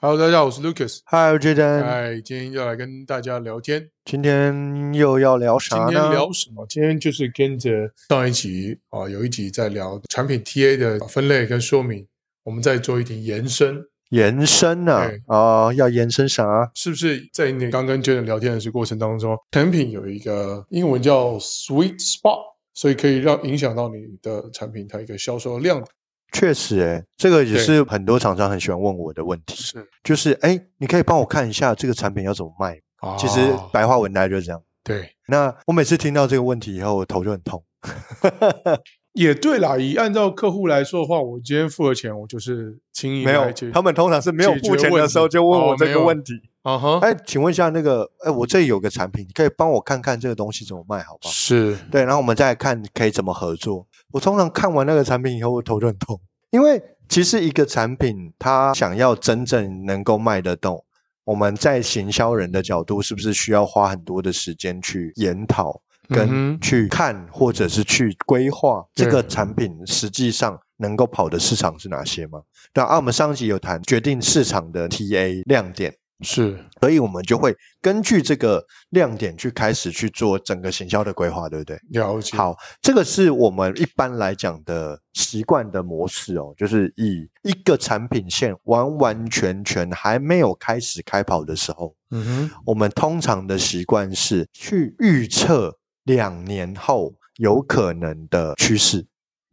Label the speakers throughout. Speaker 1: Hello，大家好，我是 Lucas。
Speaker 2: 嗨我，Jaden，
Speaker 1: 哎，今天要来跟大家聊天。
Speaker 2: 今天又要聊啥
Speaker 1: 今
Speaker 2: 呢？
Speaker 1: 天聊什么？今天就是跟着上一集啊，有一集在聊产品 TA 的分类跟说明，我们再做一点延伸。
Speaker 2: 延伸呢、
Speaker 1: 对
Speaker 2: 啊？哦，要延伸啥？
Speaker 1: 是不是在你刚跟 Jaden 聊天的过程当中，产品有一个英文叫 sweet spot，所以可以让影响到你的产品它一个销售量
Speaker 2: 确实，诶，这个也
Speaker 1: 对
Speaker 2: 是很多厂商很喜欢问我的问题，
Speaker 1: 是
Speaker 2: 就是哎，你可以帮我看一下这个产品要怎么卖？
Speaker 1: 啊，
Speaker 2: 其实白话文来就是这样。
Speaker 1: 对
Speaker 2: 那我每次听到这个问题以后，我头就很痛。
Speaker 1: 也对啦。以按照客户来说的话，我今天付了钱，我就是轻易
Speaker 2: 没有
Speaker 1: 来解，
Speaker 2: 他们通常是没有
Speaker 1: 解决
Speaker 2: 付钱
Speaker 1: 问
Speaker 2: 的
Speaker 1: 题
Speaker 2: 时候就问
Speaker 1: 哦
Speaker 2: 我这
Speaker 1: 没
Speaker 2: 个
Speaker 1: 有
Speaker 2: 问题。
Speaker 1: 啊哈，
Speaker 2: 哎，请问一下那个，哎，我这里有个产品，你可以帮我看看这个东西怎么卖，好不好？
Speaker 1: 是
Speaker 2: 对，然后我们再看可以怎么合作。我通常看完那个产品以后，我头就很痛，因为其实一个产品它想要真正能够卖得动，我们在行销人的角度，是不是需要花很多的时间去研讨、
Speaker 1: 嗯哼
Speaker 2: 跟去看，或者是去规划
Speaker 1: 对
Speaker 2: 这个产品实际上能够跑的市场是哪些吗？那啊，我们上一集有谈决定市场的 TA 亮点。
Speaker 1: 是
Speaker 2: 所以我们就会根据这个亮点去开始去做整个行销的规划，对不对？
Speaker 1: 了解。
Speaker 2: 好，这个是我们一般来讲的习惯的模式哦，就是以一个产品线完完全全还没有开始开跑的时候，
Speaker 1: 嗯哼，
Speaker 2: 我们通常的习惯是去预测两年后有可能的趋势，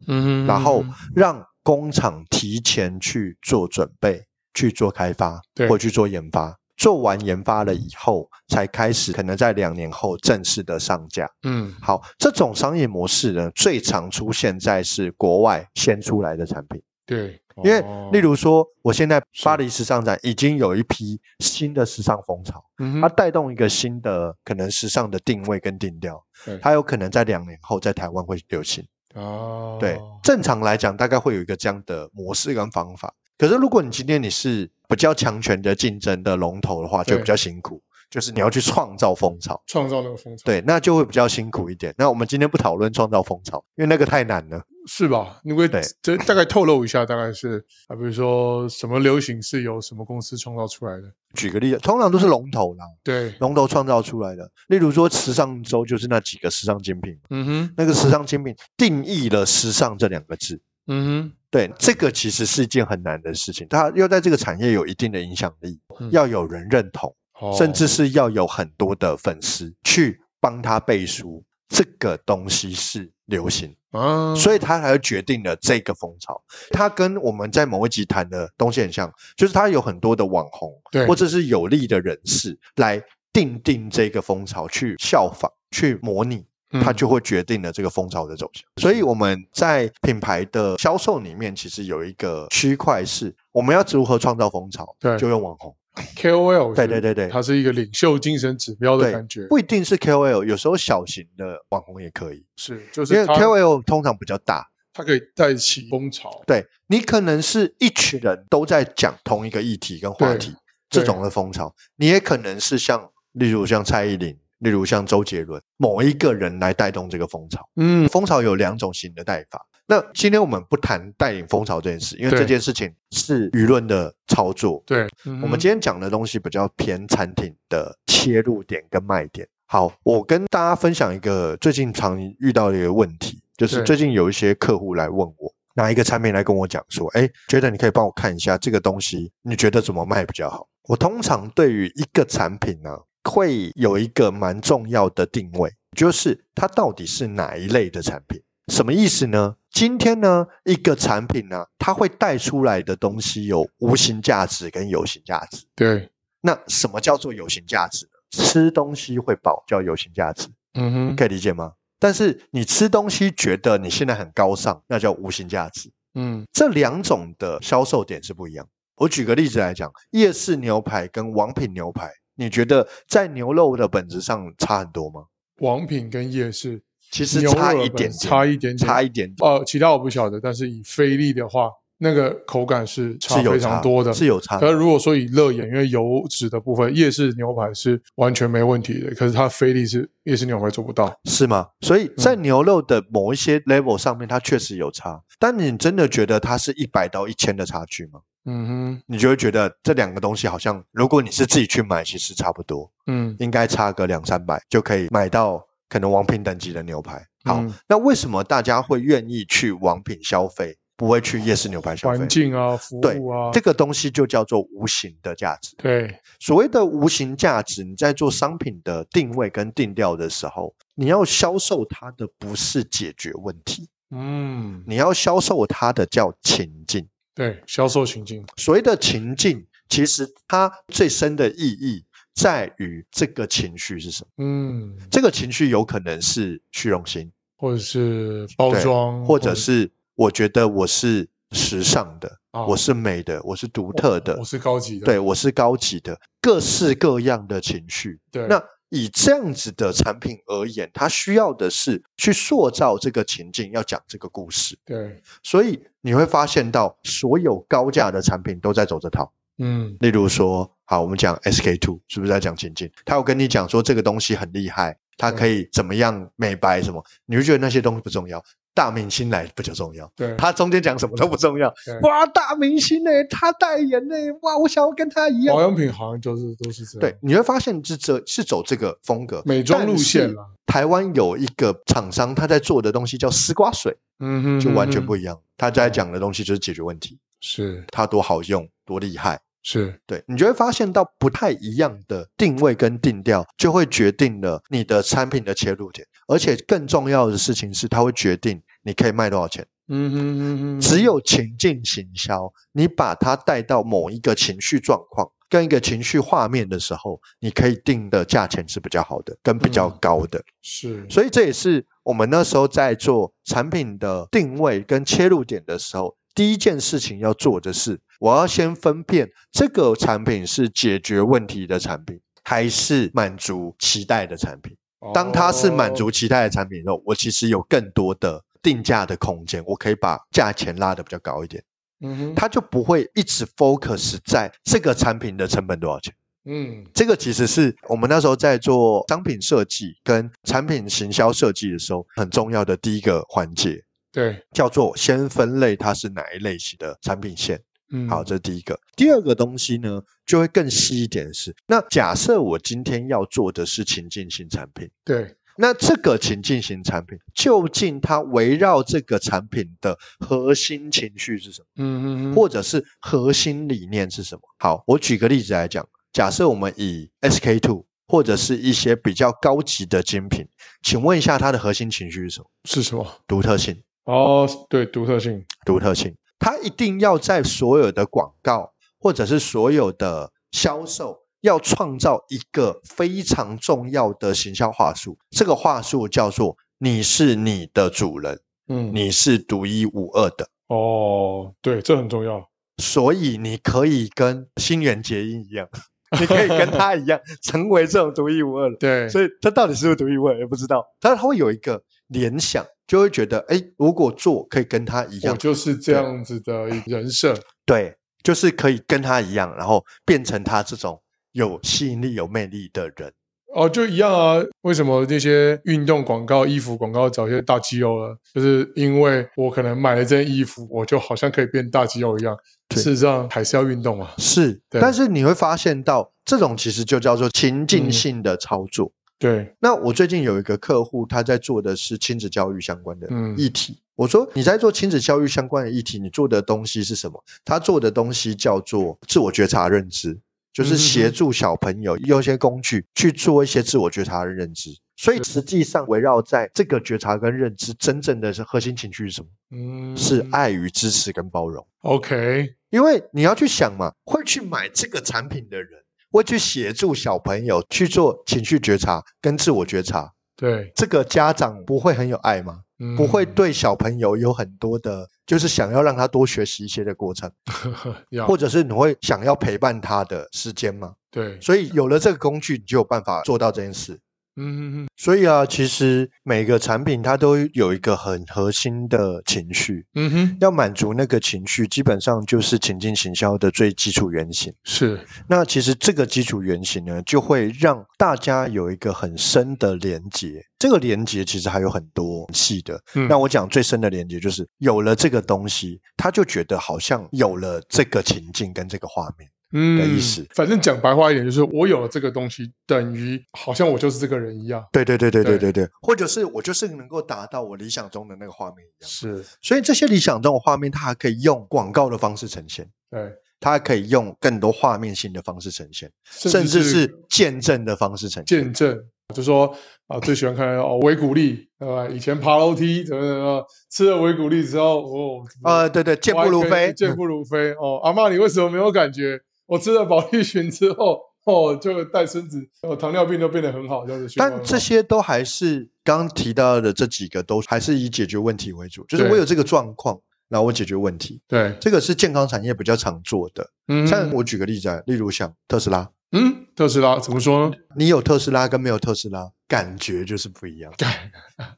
Speaker 1: 嗯哼，
Speaker 2: 然后让工厂提前去做准备、去做开发
Speaker 1: 对
Speaker 2: 或去做研发。做完研发了以后，才开始可能在两年后正式的上架。
Speaker 1: 嗯
Speaker 2: 好，这种商业模式呢，最常出现在是国外先出来的产品，
Speaker 1: 对，
Speaker 2: 因为
Speaker 1: 哦
Speaker 2: 例，如说，我现在
Speaker 1: 是
Speaker 2: 巴黎时尚展已经有一批新的时尚风潮，
Speaker 1: 嗯
Speaker 2: 它
Speaker 1: 哼，
Speaker 2: 带动一个新的可能时尚的定位跟定调
Speaker 1: 对，
Speaker 2: 它有可能在两年后在台湾会流行。
Speaker 1: 哦，
Speaker 2: 对，正常来讲大概会有一个这样的模式跟方法。可是如果你今天你是比较强权的竞争的龙头的话，就
Speaker 1: 对
Speaker 2: 比较辛苦，就是你要去创造风潮。
Speaker 1: 创造那个风潮，，
Speaker 2: 对，那就会比较辛苦一点。那我们今天不讨论创造风潮，因为那个太难了。
Speaker 1: 是吧？你会
Speaker 2: 对
Speaker 1: 这大概透露一下，大概是啊，比如说什么流行是由什么公司创造出来的？
Speaker 2: 举个例子，通常都是龙头啦，
Speaker 1: 对，
Speaker 2: 龙头创造出来的。例如说，时尚周就是那几个时尚精品，
Speaker 1: 嗯哼，
Speaker 2: 那个时尚精品定义了“时尚”这两个字。
Speaker 1: 嗯
Speaker 2: 对，这个其实是一件很难的事情，它要在这个产业有一定的影响力，
Speaker 1: 嗯
Speaker 2: 要有人认同，
Speaker 1: 哼，
Speaker 2: 甚
Speaker 1: 哦
Speaker 2: 至是要有很多的粉丝去帮他背书，这个东西是流行。
Speaker 1: 啊，
Speaker 2: 所
Speaker 1: 以
Speaker 2: 以它才决定了这个风潮。它跟我们在某一集谈的东西很像，就是它有很多的网红
Speaker 1: 对，
Speaker 2: 或者是有利的人士来定定这个风潮，去效仿、去模拟，
Speaker 1: 嗯
Speaker 2: 它就会决定了这个风潮的走向。所以我们在品牌的销售里面，其实有一个区块是我们要如何创造风潮，
Speaker 1: 对
Speaker 2: 就用网红，
Speaker 1: KOL，
Speaker 2: 对对对对
Speaker 1: 它是一个领袖精神指标的
Speaker 2: 对
Speaker 1: 感觉，
Speaker 2: 不一定是 KOL，有时候小型的网红也可以，
Speaker 1: 是，就
Speaker 2: 因
Speaker 1: 是
Speaker 2: 为
Speaker 1: 它
Speaker 2: KOL 通常比较大。
Speaker 1: 它可以带起风潮，
Speaker 2: 对你可能是一群人都在讲同一个议题跟话
Speaker 1: 对
Speaker 2: 题，这
Speaker 1: 对
Speaker 2: 种的风潮，你也可能是像，例如像蔡依林，例如像周杰伦，某一个人来带动这个风潮。
Speaker 1: 嗯，
Speaker 2: 风潮有两种型的带法。那今天我们不谈带领风潮这件事，因为
Speaker 1: 对嗯
Speaker 2: 这件事情是舆论的操作。
Speaker 1: 对，
Speaker 2: 我
Speaker 1: 我
Speaker 2: 们今天讲的东西比较偏产品的切入点跟卖点。好，我跟大家分享一个最近常遇到的一个问题，就是
Speaker 1: 对
Speaker 2: 最近有一些客户来问我拿一个产品来跟我讲说，哎，觉得你可以帮我看一下这个东西，你觉得怎么卖比较好？我通常对于一个产品呢、会有一个蛮重要的定位，就是它到底是哪一类的产品。什么意思呢？今天呢，一个产品呢、它会带出来的东西有无形价值跟有形价值。
Speaker 1: 对，
Speaker 2: 那什么叫做有形价值呢？吃东西会饱叫有形价值，
Speaker 1: 嗯哼，
Speaker 2: 可以理解吗？但是你吃东西觉得你现在很高尚，那叫无形价值。
Speaker 1: 嗯，
Speaker 2: 这两种的销售点是不一样。我举个例子来讲，夜市牛排跟王品牛排，你觉得在牛肉的本质上差很多吗？
Speaker 1: 王品跟夜市
Speaker 2: 其实
Speaker 1: 牛
Speaker 2: 差
Speaker 1: 肉
Speaker 2: 一
Speaker 1: 的
Speaker 2: 点点，
Speaker 1: 差一点点，哦
Speaker 2: 差一点点。
Speaker 1: 呃，其他我不晓得，但是以菲力的话，那个口感是差
Speaker 2: 是有
Speaker 1: 非
Speaker 2: 差
Speaker 1: 常多的。
Speaker 2: 是有差
Speaker 1: 可
Speaker 2: 的。
Speaker 1: 是如果说以热眼，因为油脂的部分，夜市牛排是完全没问题的，可是它菲力是夜市牛排做不到。
Speaker 2: 是吗？所以
Speaker 1: 嗯
Speaker 2: 在牛肉的某一些 level 上面，它确实有差，但你真的觉得它是一百到一千的差距吗？
Speaker 1: 嗯哼，
Speaker 2: 你就会觉得这两个东西好像，如果你是自己去买，其实差不多，
Speaker 1: 嗯，
Speaker 2: 应该差个两三百就可以买到可能王品等级的牛排。好，
Speaker 1: 嗯
Speaker 2: 那为什么大家会愿意去王品消费，不会去夜市牛排消费
Speaker 1: 环？境啊，服
Speaker 2: 对
Speaker 1: 务啊，
Speaker 2: 这个东西就叫做无形的价值。
Speaker 1: 对，
Speaker 2: 所谓的无形价值，你在做商品的定位跟定调的时候，你要销售它的不是解决问题，
Speaker 1: 嗯，
Speaker 2: 你要销售它的叫情境。
Speaker 1: 对，销售情境，
Speaker 2: 所谓的情境，其实它最深的意义在于这个情绪是什么。
Speaker 1: 嗯，
Speaker 2: 这个情绪有可能是虚荣心，
Speaker 1: 或者是包
Speaker 2: 对
Speaker 1: 装，
Speaker 2: 或者是我觉得我是时尚的，
Speaker 1: 啊
Speaker 2: 我是美的，我是独特的
Speaker 1: 哦我，是高级的，
Speaker 2: 对我是高级的，各式各样的情绪。
Speaker 1: 对，
Speaker 2: 那以这样子的产品而言，它需要的是去塑造这个情境，要讲这个故事。
Speaker 1: 对，
Speaker 2: 所以你会发现到，所有高价的产品都在走这套。
Speaker 1: 嗯
Speaker 2: 例如说，好，我们讲 SK two 是不是在讲情境？他有跟你讲说这个东西很厉害，它可以怎么样美白什么，你会觉得那些东西不重要。大明星来比较重要，
Speaker 1: 对，
Speaker 2: 他中间讲什么都不重 要
Speaker 1: 对。
Speaker 2: 哇，大明星呢、他代言呢、欸哇，我想要跟他一样
Speaker 1: 保。养品好像就是都是这样，
Speaker 2: 对，，你会发现是这是走这个风格
Speaker 1: 美妆路线
Speaker 2: 但是
Speaker 1: 啦
Speaker 2: 台湾有一个厂商，他在做的东西叫丝瓜水，
Speaker 1: 嗯哼，
Speaker 2: 就完全不
Speaker 1: 一
Speaker 2: 一样。他在讲的东西就是解决问题，
Speaker 1: 是
Speaker 2: 它多好用，多厉害。
Speaker 1: 是，
Speaker 2: 对，你就会发现到不太一样的定位跟定调，就会决定了你的产品的切入点。而且更重要的事情是，它会决定你可以卖多少钱。
Speaker 1: 嗯哼嗯哼，
Speaker 2: 只有情境行销，你把它带到某一个情绪状况跟一个情绪画面的时候，你可以定的价钱是比较好的，跟比较
Speaker 1: 嗯
Speaker 2: 高的。
Speaker 1: 是，
Speaker 2: 所以这也是我们那时候在做产品的定位跟切入点的时候，第一件事情要做的是，我要先分辨这个产品是解决问题的产品，还是满足期待的产品。当它是满足
Speaker 1: 哦，
Speaker 2: 期待的产品的时候，我其实有更多的定价的空间，我可以把价钱拉得比较高一点，
Speaker 1: 嗯哼，
Speaker 2: 它就不会一直 focus 在这个产品的成本多少钱。
Speaker 1: 嗯
Speaker 2: 这个其实是我们那时候在做商品设计跟产品行销设计的时候很重要的第一个环节，
Speaker 1: 对，
Speaker 2: 叫做先分类它是哪一类型的产品线。
Speaker 1: 嗯
Speaker 2: 好，这是第一个。第二个东西呢，就会更细一点是，那假设我今天要做的是情境型产品。
Speaker 1: 对，
Speaker 2: 那这个情境型产品，究竟它围绕这个产品的核心情绪是什么，
Speaker 1: 嗯嗯
Speaker 2: 或者是核心理念是什么？好，我举个例子来讲，假设我们以 SK two 或者是一些比较高级的精品，请问一下它的核心情绪是什么？
Speaker 1: 是什么？
Speaker 2: 独特性，
Speaker 1: 哦，对，独特性，
Speaker 2: 独特性，它一定要在所有的广告或者是所有的销售。要创造一个非常重要的行销话术，这个话术叫做“你是你的主人”。
Speaker 1: 嗯，
Speaker 2: 你是独一无二的，
Speaker 1: 哦，对，这很重要，
Speaker 2: 所以你可以跟新垣结衣一样， 你可以跟他一样 成为这种独一无二的。
Speaker 1: 对，
Speaker 2: 所以他到底是不是独一无二也不知道，但是他会有一个联想，就会觉得，哎，如果做可以跟他一
Speaker 1: 我
Speaker 2: 样，
Speaker 1: 就是这样子的一人设，
Speaker 2: 对，就是可以跟他一样，然后变成他这种有吸引力、有魅力的人。
Speaker 1: 哦，就一样啊。为什么那些运动广告、衣服广告找一些大肌肉了？就是因为我可能买了这件衣服，我就好像可以变大肌肉一样。
Speaker 2: 对
Speaker 1: 事实上还是要运动嘛。
Speaker 2: 是，
Speaker 1: 对
Speaker 2: 但是你会发现到这种其实就叫做情境
Speaker 1: 嗯
Speaker 2: 性的操作。
Speaker 1: 对，
Speaker 2: 那我最近有一个客户，他在做的是亲子教育相关的
Speaker 1: 嗯
Speaker 2: 议题。我说你在做亲子教育相关的议题，你做的东西是什么？他做的东西叫做自我觉察认知，
Speaker 1: 嗯
Speaker 2: 就是协助小朋友用一些工具去做一些自我觉察的认知。所以实际上围绕在这个觉察跟认知，真正的是核心情绪是什么？
Speaker 1: 嗯，
Speaker 2: 是。啊爱与支持跟包容。
Speaker 1: OK，
Speaker 2: 因为你要去想嘛，会去买这个产品的人，会去协助小朋友去做情绪觉察跟自我觉察。
Speaker 1: 对，
Speaker 2: 这个家长不会很有爱吗？
Speaker 1: 嗯
Speaker 2: 不会对小朋友有很多的，就是想要让他多学习一些的过程，
Speaker 1: 要
Speaker 2: 或者是你会想要陪伴他的时间吗？
Speaker 1: 对，
Speaker 2: 所以有了这个工具，你就有办法做到这件事。
Speaker 1: 嗯嗯
Speaker 2: 所以啊，其实每个产品它都有一个很核心的情绪，
Speaker 1: 嗯哼，
Speaker 2: 要满足那个情绪，基本上就是情境行销的最基础原型。
Speaker 1: 是，
Speaker 2: 那其实这个基础原型呢，就会让大家有一个很深的连接。这个连接其实还有很多细的。
Speaker 1: 嗯
Speaker 2: 那我讲最深的连接就是有了这个东西，他就觉得好像有了这个情境跟这个画面。
Speaker 1: 嗯
Speaker 2: 的意思
Speaker 1: 反正讲白话一点，就是我有了这个东西，等于好像我就是这个人一样。
Speaker 2: 对对对对对
Speaker 1: 对
Speaker 2: 对对，或者是我就是能够达到我理想中的那个画面一样。
Speaker 1: 是，
Speaker 2: 所以这些理想中的画面，它还可以用广告的方式呈现，
Speaker 1: 对，
Speaker 2: 它还可以用更多画面性的方式呈现，甚至是见证的方式呈现。
Speaker 1: 见证，就说啊，最喜欢看哦维骨力，对吧？以前爬楼梯怎么怎么，吃了维骨力之后，哦，
Speaker 2: 呃，对对，健步如飞，
Speaker 1: 健步如飞。哦，阿嬷，你为什么没有感觉？我吃了保利群之后，哦，就带孙子，哦，糖尿病都变得很好，这样子循环很好。
Speaker 2: 但这些都还是刚刚提到的这几个，都还是以解决问题为主，就是
Speaker 1: 对
Speaker 2: 我有这个状况，然后我解决问题。
Speaker 1: 对，
Speaker 2: 这个是健康产业比较常做的。
Speaker 1: 嗯
Speaker 2: 像我举个例子啊，例如像特斯拉，
Speaker 1: 嗯，特斯拉怎么说呢？
Speaker 2: 你有特斯拉跟没有特斯拉，感觉就是不一样。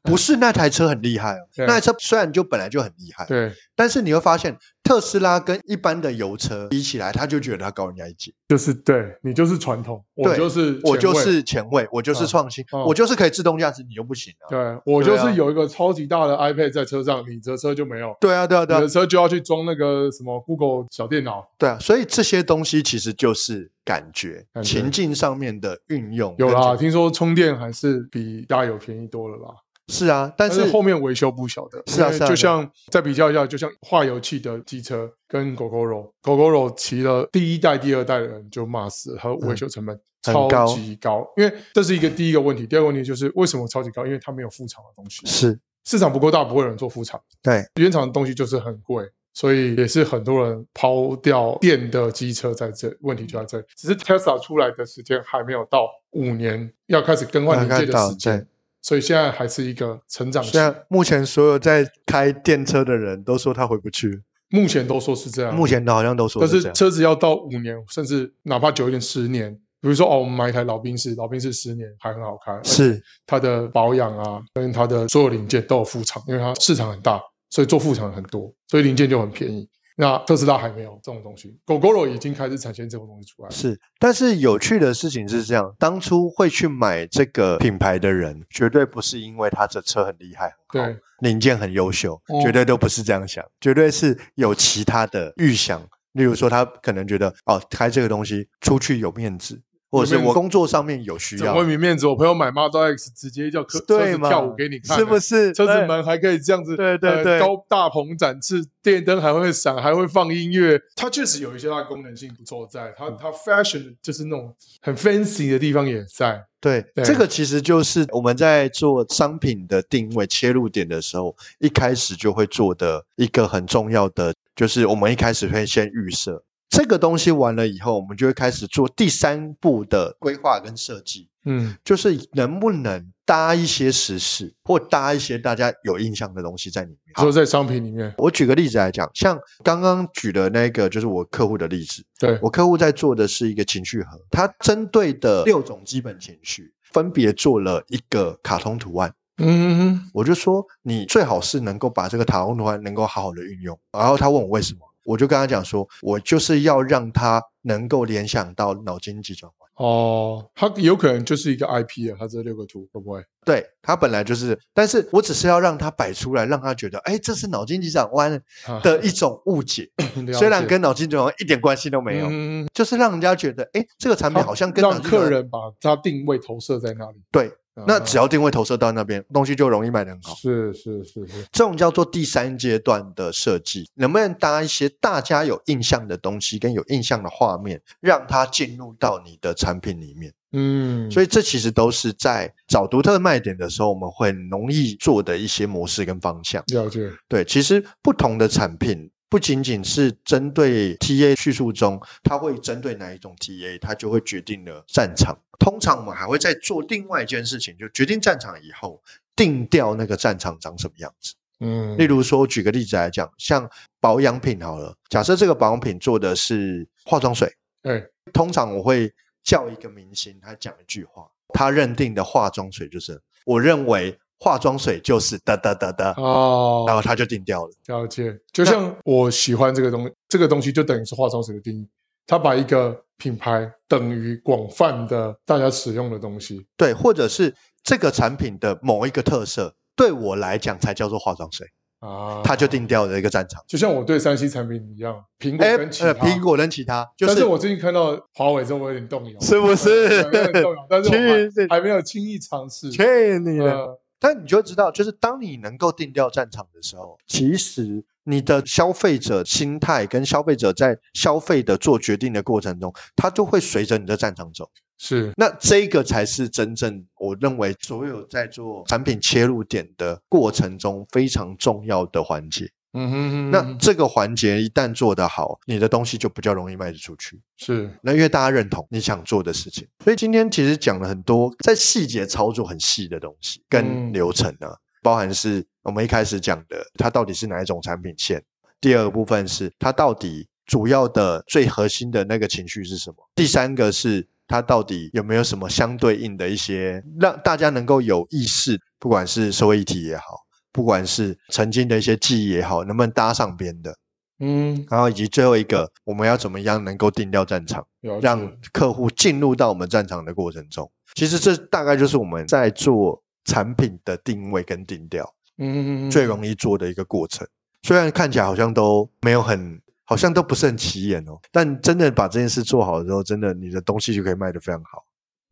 Speaker 2: 不是那台车很厉害哦，
Speaker 1: 对
Speaker 2: 那台车虽然就本来就很厉害，
Speaker 1: 对，
Speaker 2: 但是你会发现特斯拉跟一般的油车比起来，他就觉得他高人家一截。
Speaker 1: 就是对你就是传统，我
Speaker 2: 对
Speaker 1: 就是
Speaker 2: 我
Speaker 1: 前
Speaker 2: 就
Speaker 1: 卫
Speaker 2: 是前卫，我就是
Speaker 1: 嗯
Speaker 2: 创新，
Speaker 1: 嗯
Speaker 2: 我就是可以自动驾驶，你又不行啊。
Speaker 1: 对我就
Speaker 2: 对啊
Speaker 1: 是有一个超级大的 iPad 在车上，你的车就没有，
Speaker 2: 对啊，对啊，对
Speaker 1: 你
Speaker 2: 啊
Speaker 1: 的，车就要去装那个什么 Google 小电脑，
Speaker 2: 对啊，所以这些东西其实就是感觉、
Speaker 1: 感觉
Speaker 2: 情境上面的运用。
Speaker 1: 有
Speaker 2: 跟
Speaker 1: 啦，
Speaker 2: 这，
Speaker 1: 听说充电还是比加油便宜多了啦。
Speaker 2: 是啊，但
Speaker 1: 但
Speaker 2: 是
Speaker 1: 是后面维修不晓得，
Speaker 2: 是啊
Speaker 1: 因为
Speaker 2: 是啊
Speaker 1: 就是
Speaker 2: 啊
Speaker 1: 像再比较一下，就像化油器的机车跟狗狗肉，狗狗肉骑了第一代、第二代的人就骂死了，它的维修成本
Speaker 2: 很
Speaker 1: 超
Speaker 2: 高
Speaker 1: 级高，因为这是一个第一个问题。第二个问题就是为什么超级高？因为它没有副厂的东西，
Speaker 2: 是
Speaker 1: 市场不够大，不会有人做副厂，
Speaker 2: 对
Speaker 1: 原厂的东西就是很贵。所以也是很多人抛掉电的机车在这，问题就在
Speaker 2: 嗯
Speaker 1: 这里。只是 Tesla 出来的时间还没有到五年，要开始更换零
Speaker 2: 大
Speaker 1: 件
Speaker 2: 概
Speaker 1: 的
Speaker 2: 到
Speaker 1: 时
Speaker 2: 对
Speaker 1: 间，。所以现在还是一个成长期。
Speaker 2: 虽然目前所有在开电车的人都说他回不去，
Speaker 1: 目前都说是这样，
Speaker 2: 目前的好像都说
Speaker 1: 嗯但
Speaker 2: 是
Speaker 1: 是
Speaker 2: 这样。
Speaker 1: 车子要到五年，甚至哪怕久一点十年。比如说哦，我们买一台老宾士，老宾士十年还很好 开，
Speaker 2: 是
Speaker 1: 它的保养啊，跟它的所有零件都有副厂，因为它市场很大，所以做副厂很多，所以零件就很便宜。那特斯拉还没有这种东西，狗狗肉已经开始产生这种东西出来了。
Speaker 2: 是，但是有趣的事情是这样：当初会去买这个品牌的人，绝对不是因为他的车很厉害、很好
Speaker 1: 对，
Speaker 2: 零件很优秀，
Speaker 1: 哦
Speaker 2: 绝对都不是这样想，绝对是有其他的预想。例如说，他可能觉得哦，开这个东西出去有面子，或者
Speaker 1: 有
Speaker 2: 是
Speaker 1: 面子
Speaker 2: 我工作上面有需
Speaker 1: 怎
Speaker 2: 要
Speaker 1: 么，没面子？我朋友买 Model X 直接叫车车
Speaker 2: 对
Speaker 1: 子
Speaker 2: 嘛？
Speaker 1: 跳舞给你看，
Speaker 2: 是不是？
Speaker 1: 车子
Speaker 2: 对
Speaker 1: 门还可以这样子，
Speaker 2: 对对
Speaker 1: 呃、
Speaker 2: 对
Speaker 1: 高大棚展翅，电灯还会闪，还会放音乐。它确实有一些它的功能性不错在，它
Speaker 2: 嗯
Speaker 1: 它 fashion 就是那种很 fancy 的地方也在，
Speaker 2: 对，
Speaker 1: 对
Speaker 2: 这个其实就是我们在做商品的定位切入点的时候，一开始就会做的一个很重要的，就是我们一开始会先预设这个东西完了以后，我们就会开始做第三步的规划跟设计，
Speaker 1: 嗯，
Speaker 2: 就是能不能搭一些时事或搭一些大家有印象的东西在里面。
Speaker 1: 说在商品里面，
Speaker 2: 我举个例子来讲，像刚刚举的那个，就是我客户的例子，
Speaker 1: 对，
Speaker 2: 我客户在做的是一个情绪盒，他针对的六种基本情绪，分别做了一个卡通图案。
Speaker 1: 嗯，
Speaker 2: 我就说，你最好是能够把这个卡通图案能够好好的运用。然后他问我为什么，我就跟他讲说，我就是要让他能够联想到脑筋急转弯。
Speaker 1: 哦，它有可能就是一个 IP 啊，它这六个图会不会？
Speaker 2: 对他本来就是，但是我只是要让他摆出来，让他觉得，哎，这是脑筋急转弯
Speaker 1: 啊
Speaker 2: 的一种误解，
Speaker 1: 了
Speaker 2: 虽然
Speaker 1: 解
Speaker 2: 跟脑筋急转弯一点关系都没有，
Speaker 1: 嗯
Speaker 2: 就是让人家觉得，哎，这个产品好像跟脑
Speaker 1: 让
Speaker 2: 筋急转
Speaker 1: 客
Speaker 2: 弯
Speaker 1: 人把它定位投射在那里，
Speaker 2: 对那
Speaker 1: 嗯
Speaker 2: 只要定位投射到那边，东西就容易卖得很好。
Speaker 1: 是是是是，
Speaker 2: 这种叫做第三阶段的设计，能不能搭一些大家有印象的东西跟有印象的画面，让它进入到你的产品里面？
Speaker 1: 嗯，
Speaker 2: 所
Speaker 1: 以
Speaker 2: 以这其实都是在找独特卖点的时候，我们会很容易做的一些模式跟方向。
Speaker 1: 了解，
Speaker 2: 对，其实不同的产品不仅仅是针对 TA 叙述中，它会针对哪一种 TA，它就会决定了战场。通常我们还会再做另外一件事情，就决定战场以后，定调那个战场长什么样子。
Speaker 1: 嗯，
Speaker 2: 例如说，举个例子来讲，像保养品好了，假设这个保养品做的是化妆水，
Speaker 1: 哎，
Speaker 2: 通常我会叫一个明星，他讲一句话，他认定的化妆水就是，我认为化妆水就是得得得得，
Speaker 1: 哦，
Speaker 2: 然后他就定掉了。
Speaker 1: 了解，就像我喜欢这个东西，这个东西就等于是化妆水的定义，它把一个品牌等于广泛的大家使用的东西。
Speaker 2: 对，或者是这个产品的某一个特色，对我来讲才叫做化妆水，
Speaker 1: 啊，
Speaker 2: 他就定掉了一个战场。
Speaker 1: 就像我对三 C 产品一样，苹果
Speaker 2: 哎，
Speaker 1: 跟其他，
Speaker 2: 呃，苹果跟其他，就
Speaker 1: 但
Speaker 2: 是
Speaker 1: 是我最近看到华为之后，我有点动摇，
Speaker 2: 是不是
Speaker 1: 对有点动摇，但是
Speaker 2: 去
Speaker 1: 我
Speaker 2: 是
Speaker 1: 还还没有轻易尝试。
Speaker 2: 去你了！
Speaker 1: 呃
Speaker 2: 但你就会知道，就是当你能够定掉战场的时候，其实你的消费者心态跟消费者在消费的做决定的过程中，他就会随着你的战场走。
Speaker 1: 是
Speaker 2: 那这个才是真正我认为所有在做产品切入点的过程中非常重要的环节。
Speaker 1: 嗯哼哼，
Speaker 2: 那这个环节一旦做得好，你的东西就比较容易卖得出去。
Speaker 1: 是
Speaker 2: 那因为大家认同你想做的事情，所以今天其实讲了很多在细节操作很细的东西跟
Speaker 1: 嗯
Speaker 2: 流程啊，包含是我们一开始讲的，它到底是哪一种产品线；第二个部分是它到底主要的最核心的那个情绪是什么；第三个是它到底有没有什么相对应的一些让大家能够有意识，不管是社会议题也好，不管是曾经的一些记忆也好，能不能搭上边的，
Speaker 1: 嗯，
Speaker 2: 然后以及最后一个，我们要怎么样能够定掉战场。
Speaker 1: 了
Speaker 2: 让
Speaker 1: 解
Speaker 2: 客户进入到我们战场的过程中。其实这大概就是我们在做产品的定位跟定调
Speaker 1: 嗯哼哼
Speaker 2: 最容易做的一个过程。虽然看起来好像都没有很，好像都不是很起眼哦，但真的把这件事做好之后，真的你的东西就可以卖得非常好。。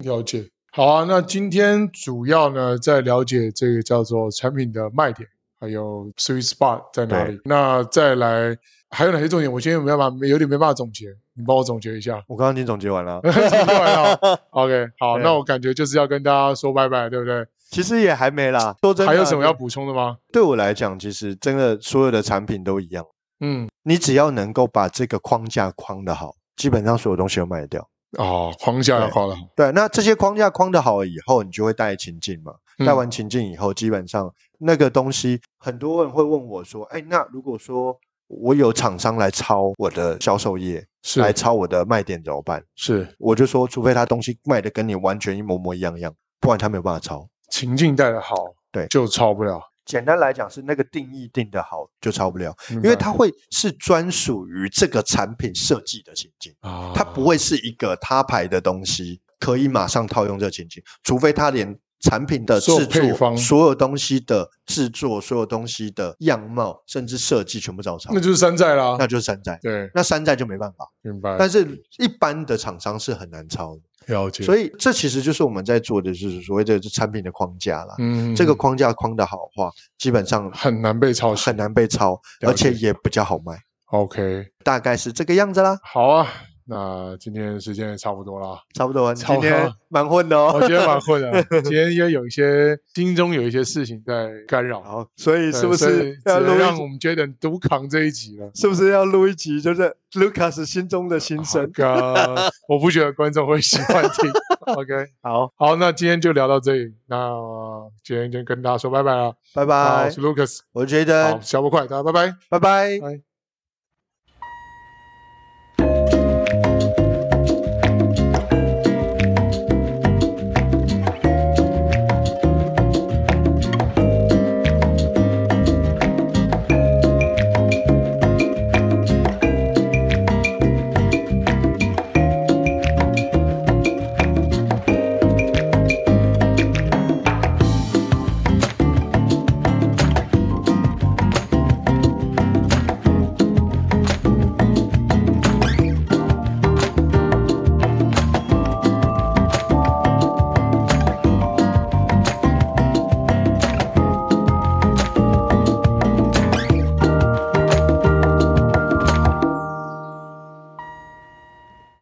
Speaker 1: 了解。好啊，那今天主要呢在了解这个叫做产品的卖点，还有 sweet spot 在哪里。那再来还有哪些重点？我今天没办法，有点没办法总结，你帮我总结一下，
Speaker 2: 我刚刚已经总结完了
Speaker 1: 总结完了啊 OK，好，
Speaker 2: 对
Speaker 1: 那我感觉就是要跟大家说拜拜，对不对？
Speaker 2: 其实也还没啦。说真的啊，
Speaker 1: 还有什么要补充的吗？
Speaker 2: 对我来讲，其实真的所有的产品都一样，
Speaker 1: 嗯，
Speaker 2: 你只要能够把这个框架框得好，基本上所有东西都卖得掉。
Speaker 1: 哦，框架要
Speaker 2: 对
Speaker 1: 框得好，
Speaker 2: 对，那这些框架框得好以后，你就会带情境嘛。带
Speaker 1: 嗯
Speaker 2: 完情境以后，基本上那个东西，很多人会问我说：“哎，那如果说我有厂商来抄我的销售页，
Speaker 1: 是
Speaker 2: 来抄我的卖点怎么办
Speaker 1: 是？”
Speaker 2: 我就说，除非他东西卖的跟你完全一模模一样样，不然他没有办法抄。
Speaker 1: 情境带的好，
Speaker 2: 对
Speaker 1: 就超不了，
Speaker 2: 简单来讲，是那个定义定得好就抄不了，
Speaker 1: 因
Speaker 2: 因为它会是专属于这个产品设计的情境。
Speaker 1: 啊，
Speaker 2: 它不会是一个他牌的东西，可以马上套用这个情境，除非它连产品的
Speaker 1: 所有
Speaker 2: 制
Speaker 1: 配
Speaker 2: 作、
Speaker 1: 方
Speaker 2: 所有东西的制作、所有东西的样貌，甚至设计全部照抄，
Speaker 1: 那就是山寨啦
Speaker 2: 那。就是山寨。
Speaker 1: 对，
Speaker 2: 那山寨就没办法，
Speaker 1: 明白。
Speaker 2: 但是一般的厂商是很难抄的，
Speaker 1: 了解，
Speaker 2: 所
Speaker 1: 以
Speaker 2: 以这其实就是我们在做的，就是所谓的产品的框架啦。
Speaker 1: 嗯，
Speaker 2: 这个框架框的好的话，基本上
Speaker 1: 很难被抄袭
Speaker 2: 很。难被抄，
Speaker 1: 了
Speaker 2: 而
Speaker 1: 解
Speaker 2: 且也比较好卖，
Speaker 1: OK，
Speaker 2: 大概是这个样子啦。
Speaker 1: 好啊，那今天时间也差不多啦。
Speaker 2: 差不多，你
Speaker 1: 差
Speaker 2: 今
Speaker 1: 不多
Speaker 2: 天蛮混的哦。
Speaker 1: 我今天蛮混的，今天因为有一些心中有一些事情在干扰，
Speaker 2: 好，所以
Speaker 1: 对
Speaker 2: 是不
Speaker 1: 所以
Speaker 2: 是要
Speaker 1: 只能
Speaker 2: 录
Speaker 1: 让我
Speaker 2: 一？
Speaker 1: 们 Jaden 独扛这一集了？
Speaker 2: 是不是要录一集？就是 Lucas 心中的心
Speaker 1: 这
Speaker 2: 声。
Speaker 1: 个我不觉得观众会喜欢 听。OK，
Speaker 2: 好，
Speaker 1: 好，那今天就聊到这里，那今天就跟大家说拜拜了。那
Speaker 2: 拜
Speaker 1: 我
Speaker 2: 拜
Speaker 1: 是。Lucas，
Speaker 2: 我觉
Speaker 1: 好，
Speaker 2: 得，
Speaker 1: 小波快，大家拜拜。
Speaker 2: 拜拜。
Speaker 1: 拜